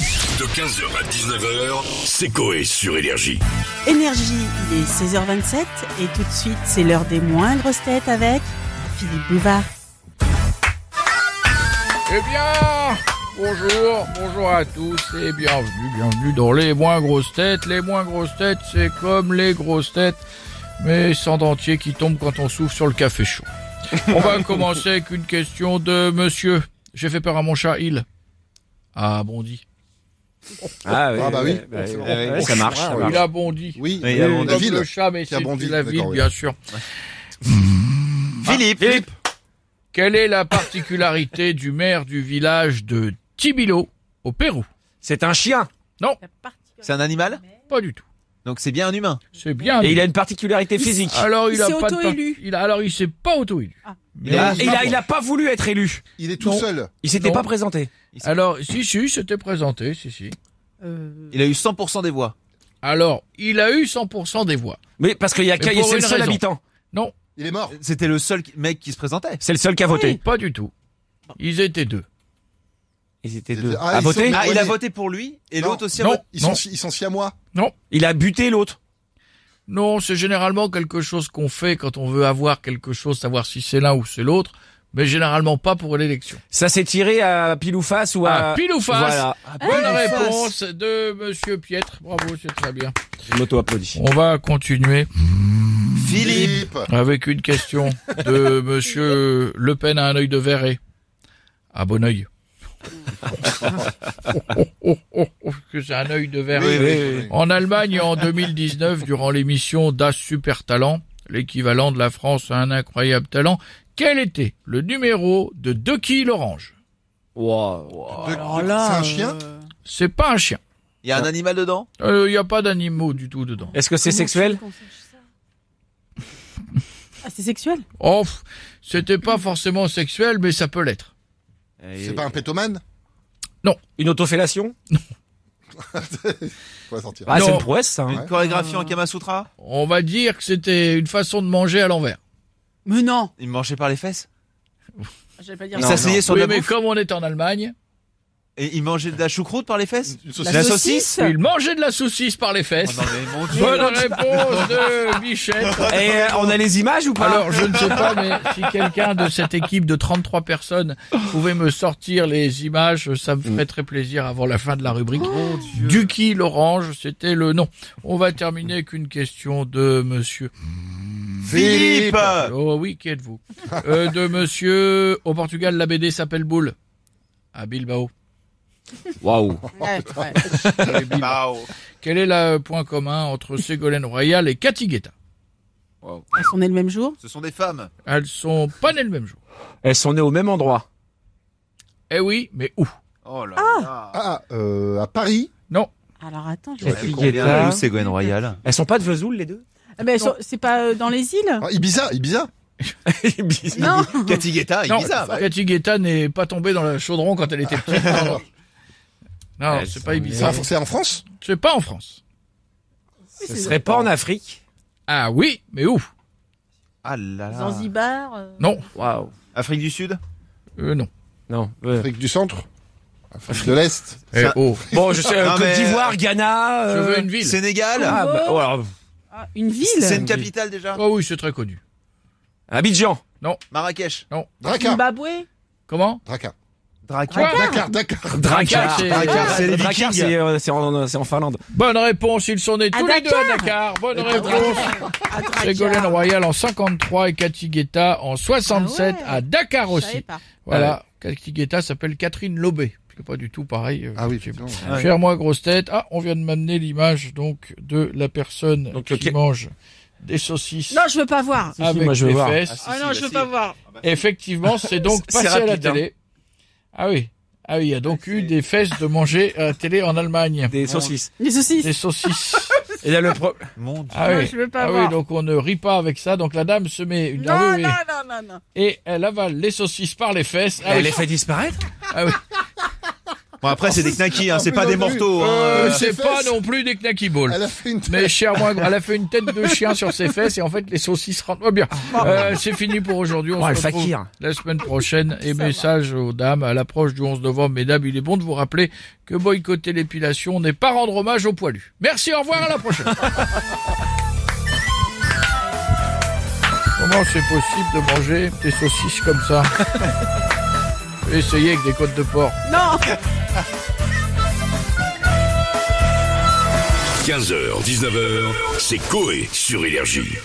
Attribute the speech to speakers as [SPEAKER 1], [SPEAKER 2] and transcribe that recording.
[SPEAKER 1] De 15h à 19h, c'est Coé sur Énergie.
[SPEAKER 2] Énergie, il est 16h27 et tout de suite c'est l'heure des moins grosses têtes avec Philippe Bouvard.
[SPEAKER 3] Eh bien, bonjour, bonjour à tous et bienvenue, bienvenue dans les moins grosses têtes. Les moins grosses têtes, c'est comme les grosses têtes, mais sans dentier qui tombe quand on souffle sur le café chaud. On va commencer avec une question de monsieur. J'ai fait peur à mon chat, il a bondi.
[SPEAKER 4] Ah,
[SPEAKER 5] Ah, bah oui.
[SPEAKER 4] ouais,
[SPEAKER 5] C'est bon.
[SPEAKER 4] ouais, ouais, ça marche, ça
[SPEAKER 5] Ah,
[SPEAKER 4] marche.
[SPEAKER 3] Il a bondi.
[SPEAKER 5] Oui,
[SPEAKER 4] Oui, il a bondi.
[SPEAKER 5] la
[SPEAKER 3] Comme
[SPEAKER 5] ville.
[SPEAKER 3] le chat, mais
[SPEAKER 5] qui a
[SPEAKER 3] c'est
[SPEAKER 5] bondi,
[SPEAKER 3] la ville,
[SPEAKER 5] d'accord, oui.
[SPEAKER 3] bien sûr.
[SPEAKER 4] Ah. Philippe, Philippe.
[SPEAKER 3] Quelle est la particularité du maire du village de Tibilo, au Pérou
[SPEAKER 4] c'est un chien.
[SPEAKER 6] C'est un animal
[SPEAKER 3] Pas du tout.
[SPEAKER 6] Donc c'est bien un humain.
[SPEAKER 3] C'est bien.
[SPEAKER 4] Et il a une particularité physique.
[SPEAKER 3] Alors Ah, il, Ah,
[SPEAKER 2] Il
[SPEAKER 3] a
[SPEAKER 2] s'est
[SPEAKER 3] pas de
[SPEAKER 2] auto-élu.
[SPEAKER 3] par- Il a alors il s'est pas auto-élu.
[SPEAKER 2] Ah.
[SPEAKER 3] Mais-
[SPEAKER 4] Il a,
[SPEAKER 5] il
[SPEAKER 4] il, a,
[SPEAKER 5] a-
[SPEAKER 4] il a pas voulu être élu.
[SPEAKER 5] Il est tout
[SPEAKER 3] Non.
[SPEAKER 5] seul.
[SPEAKER 4] Il s'était
[SPEAKER 3] Non.
[SPEAKER 4] pas présenté.
[SPEAKER 3] alors si si, c'était présenté, si si.
[SPEAKER 2] Euh,
[SPEAKER 6] Il a eu 100% des voix.
[SPEAKER 3] Alors il a eu 100% des voix.
[SPEAKER 4] Mais parce qu'il y a qu'à-
[SPEAKER 3] Mais pour
[SPEAKER 4] c'est le
[SPEAKER 3] une
[SPEAKER 4] seul
[SPEAKER 3] raison.
[SPEAKER 4] habitant.
[SPEAKER 3] Non,
[SPEAKER 5] Il est mort.
[SPEAKER 6] C'était le seul qui- mec qui se présentait.
[SPEAKER 4] C'est le seul qui a voté.
[SPEAKER 3] pas du tout. Ils étaient deux.
[SPEAKER 4] Ils étaient
[SPEAKER 5] Ils
[SPEAKER 4] deux.
[SPEAKER 5] étaient- ah,
[SPEAKER 4] à
[SPEAKER 5] ils
[SPEAKER 4] voter
[SPEAKER 5] sont-
[SPEAKER 6] Ah, il a
[SPEAKER 5] oui.
[SPEAKER 6] voté pour lui et
[SPEAKER 5] Non.
[SPEAKER 6] l'autre aussi a
[SPEAKER 3] Non,
[SPEAKER 6] voté.
[SPEAKER 5] Ils
[SPEAKER 3] non,
[SPEAKER 5] sont, chi- ils sont siamois.
[SPEAKER 4] Il a buté l'autre.
[SPEAKER 3] non, c'est généralement quelque chose qu'on fait quand on veut avoir quelque chose, savoir si c'est l'un ou c'est l'autre, mais généralement pas pour l'élection.
[SPEAKER 4] Ça s'est tiré à pile ou face ou à...
[SPEAKER 3] Ah, pile ou face.
[SPEAKER 4] Voilà.
[SPEAKER 3] Bonne réponse de Monsieur Pietre. Bravo, c'est très bien.
[SPEAKER 4] Je m'auto-applaudis.
[SPEAKER 3] On va continuer
[SPEAKER 6] Philippe.
[SPEAKER 3] avec une question de Monsieur Le Pen à un œil de verre et à bon œil. oh, oh, oh, oh, oh, que c'est un œil de verre.
[SPEAKER 5] Oui, oui, oui.
[SPEAKER 3] En Allemagne, en 2019, durant l'émission Das Super Talent, l'équivalent de la France à un incroyable talent, quel était le numéro de Ducky l'orange
[SPEAKER 5] De-
[SPEAKER 2] alors
[SPEAKER 5] de-
[SPEAKER 2] là,
[SPEAKER 5] c'est un chien
[SPEAKER 2] euh,
[SPEAKER 3] C'est pas un chien. Euh,
[SPEAKER 6] Il y a un animal dedans
[SPEAKER 3] Il n'y a pas d'animaux du tout dedans.
[SPEAKER 4] Est-ce que c'est
[SPEAKER 2] comment
[SPEAKER 4] sexuel
[SPEAKER 2] tu veux qu'on sache ça Ah, c'est sexuel
[SPEAKER 3] Oh, pff, c'était pas forcément sexuel, mais ça peut l'être.
[SPEAKER 5] C'est pas un pétomane
[SPEAKER 4] Une autofellation
[SPEAKER 5] Faut la sortir.
[SPEAKER 4] Ah, c'est
[SPEAKER 3] Non.
[SPEAKER 4] une prouesse, ça. hein.
[SPEAKER 6] Une chorégraphie en Kama Sutra
[SPEAKER 3] On va dire que c'était une façon de manger à l'envers.
[SPEAKER 2] Mais non
[SPEAKER 6] Il me mangeait par les fesses
[SPEAKER 2] J'allais pas dire
[SPEAKER 6] Il
[SPEAKER 2] ça.
[SPEAKER 6] s'asseyait sur
[SPEAKER 3] Oui,
[SPEAKER 6] la
[SPEAKER 3] mais
[SPEAKER 6] bouffe
[SPEAKER 3] comme on est en Allemagne,
[SPEAKER 6] et il mangeait de la choucroute par les fesses
[SPEAKER 5] Une
[SPEAKER 2] La,
[SPEAKER 5] saucisse.
[SPEAKER 2] saucisse,
[SPEAKER 3] il mangeait de la saucisse par les
[SPEAKER 6] Oh
[SPEAKER 3] fesses.
[SPEAKER 6] non, mais mon Dieu.
[SPEAKER 3] Bonne réponse de Bichette.
[SPEAKER 4] Et euh, on a les images ou pas
[SPEAKER 3] Alors, je ne sais pas, mais si quelqu'un de cette équipe de 33 personnes pouvait me sortir les images, ça me ferait très plaisir avant la fin de la rubrique.
[SPEAKER 6] Oh,
[SPEAKER 3] Duki l'orange, c'était le nom. On va terminer avec une question de monsieur.
[SPEAKER 6] Philippe
[SPEAKER 3] Oh oui, qui êtes-vous Euh, De monsieur, au Portugal, la BD s'appelle Boule. À Bilbao.
[SPEAKER 4] Waouh.
[SPEAKER 2] Ouais, ouais.
[SPEAKER 6] Wow.
[SPEAKER 3] Quel est le point commun entre Ségolène Royal et Cathy Guetta
[SPEAKER 2] Elles sont nées le même jour
[SPEAKER 6] Ce sont des femmes.
[SPEAKER 3] Elles sont pas nées le même jour.
[SPEAKER 4] Elles sont nées au même endroit.
[SPEAKER 3] Eh oui, mais où
[SPEAKER 6] Oh là là.
[SPEAKER 5] Ah, euh, à Paris.
[SPEAKER 3] Non,
[SPEAKER 2] Alors attends, je...
[SPEAKER 5] Ouais.
[SPEAKER 6] Elle
[SPEAKER 4] Guetta.
[SPEAKER 6] convient où, Ségolène Royal
[SPEAKER 4] Elles sont pas de Vesoul, les deux
[SPEAKER 2] Ah, mais elles sont- c'est pas euh, dans les îles
[SPEAKER 5] Ah, Ibiza, Ibiza.
[SPEAKER 2] Non
[SPEAKER 6] Cathy Guetta,
[SPEAKER 3] non.
[SPEAKER 6] Ibiza. bah.
[SPEAKER 3] Cathy Guetta n'est pas tombée dans le chaudron quand elle était petite. pardon. Non,
[SPEAKER 4] Elles
[SPEAKER 3] c'est
[SPEAKER 4] sont
[SPEAKER 3] pas
[SPEAKER 5] C'est
[SPEAKER 3] Ibiza.
[SPEAKER 5] en- C'est en France
[SPEAKER 3] C'est pas en France.
[SPEAKER 4] Ce serait pas en Afrique.
[SPEAKER 3] Ah oui, mais où
[SPEAKER 6] Ah là là.
[SPEAKER 2] Zanzibar euh,
[SPEAKER 3] Non,
[SPEAKER 4] Waouh.
[SPEAKER 6] Afrique du Sud
[SPEAKER 3] euh, non.
[SPEAKER 4] Non. euh,
[SPEAKER 5] Afrique du Centre Afrique de l'Est
[SPEAKER 3] Eh, oh,
[SPEAKER 4] Bon, je sais, euh,
[SPEAKER 6] Non,
[SPEAKER 4] Côte
[SPEAKER 6] mais-
[SPEAKER 4] d'Ivoire, Ghana.
[SPEAKER 3] je
[SPEAKER 4] euh,
[SPEAKER 3] veux une ville.
[SPEAKER 6] Sénégal
[SPEAKER 4] Ah, bah, oh, alors,
[SPEAKER 2] ah, Une ville
[SPEAKER 6] C'est une capitale déjà
[SPEAKER 3] Oh oui, c'est très connu.
[SPEAKER 4] Abidjan.
[SPEAKER 6] Marrakech.
[SPEAKER 5] Draca.
[SPEAKER 2] Zimbabwe
[SPEAKER 3] Comment
[SPEAKER 5] Draca.
[SPEAKER 6] Drakkar.
[SPEAKER 3] Quoi
[SPEAKER 5] Dakar, Dakar.
[SPEAKER 4] Drakkar.
[SPEAKER 3] c'est-
[SPEAKER 4] Drakkar,
[SPEAKER 6] Ah, c'est les
[SPEAKER 4] Drakkar,
[SPEAKER 6] Vikings.
[SPEAKER 4] c'est euh, c'est en, c'est en Finlande.
[SPEAKER 3] Bonne réponse, ils sont nés
[SPEAKER 2] À
[SPEAKER 3] tous les deux à
[SPEAKER 2] Dakar.
[SPEAKER 3] Dakar. Bonne
[SPEAKER 2] Ah,
[SPEAKER 3] réponse.
[SPEAKER 2] à Drakkar.
[SPEAKER 3] Ségolène Royal en 53 et Cathy Guetta en 67
[SPEAKER 2] Ah ouais.
[SPEAKER 3] à Dakar
[SPEAKER 2] Je savais
[SPEAKER 3] aussi.
[SPEAKER 2] pas.
[SPEAKER 3] Voilà, Cathy Guetta s'appelle Catherine Lobé. C'est pas du tout pareil. euh,
[SPEAKER 5] Ah oui,
[SPEAKER 3] effectivement.
[SPEAKER 5] effectivement.
[SPEAKER 6] Ouais.
[SPEAKER 3] Cher moi, grosse tête. Ah, on vient de m'amener l'image donc de la personne
[SPEAKER 4] Donc,
[SPEAKER 3] qui
[SPEAKER 4] ok.
[SPEAKER 3] mange des saucisses
[SPEAKER 2] Non, je veux pas voir
[SPEAKER 4] si,
[SPEAKER 3] avec
[SPEAKER 4] moi, je veux
[SPEAKER 3] les
[SPEAKER 4] voir.
[SPEAKER 3] fesses.
[SPEAKER 6] Ah, si, bah, si.
[SPEAKER 2] voir
[SPEAKER 3] Effectivement, c'est donc
[SPEAKER 6] C'est
[SPEAKER 3] passé à la
[SPEAKER 6] rapide, hein.
[SPEAKER 3] télé. Ah oui. Ah oui, il y a donc
[SPEAKER 6] Ouais,
[SPEAKER 3] eu
[SPEAKER 6] c'est-
[SPEAKER 3] des fesses de manger à la télé en Allemagne.
[SPEAKER 4] Des saucisses.
[SPEAKER 2] Les saucisses
[SPEAKER 3] Des saucisses.
[SPEAKER 4] Et là, le pro-
[SPEAKER 6] Mon Dieu.
[SPEAKER 3] Ah
[SPEAKER 2] Non,
[SPEAKER 3] oui.
[SPEAKER 2] je veux pas
[SPEAKER 3] Ah oui,
[SPEAKER 2] voir.
[SPEAKER 3] donc on ne rit pas avec ça. Donc la dame se met une ah
[SPEAKER 2] Non,
[SPEAKER 3] oui, oui.
[SPEAKER 2] non, non, non, non.
[SPEAKER 4] Eh,
[SPEAKER 3] et elle avale les saucisses par les fesses. Ah
[SPEAKER 4] Elle
[SPEAKER 3] oui.
[SPEAKER 4] les fait disparaître
[SPEAKER 3] Ah oui.
[SPEAKER 6] Bon, après, c'est des knackis, hein, c'est pas des mortaux. hein.
[SPEAKER 3] Euh,
[SPEAKER 6] Euh,
[SPEAKER 3] c'est
[SPEAKER 5] ses
[SPEAKER 3] pas
[SPEAKER 5] fesses.
[SPEAKER 3] non plus des knacky balls.
[SPEAKER 5] Elle a fait une
[SPEAKER 3] Mais cher moins, elle a fait une tête de chien sur ses fesses et en fait les saucisses rentrent pas bien. Euh, c'est fini pour aujourd'hui. On
[SPEAKER 4] Oh, le
[SPEAKER 3] se retrouve
[SPEAKER 4] fakir.
[SPEAKER 3] la semaine prochaine. Et message aux dames à l'approche du 11 novembre, mesdames, il est bon de vous rappeler que boycotter l'épilation n'est pas rendre hommage aux poilus. Merci, au revoir, à la prochaine. Comment c'est possible de manger des saucisses comme ça Essayez avec des côtes de porc.
[SPEAKER 2] Non
[SPEAKER 1] 15h, 19h, c'est Coé sur Énergie.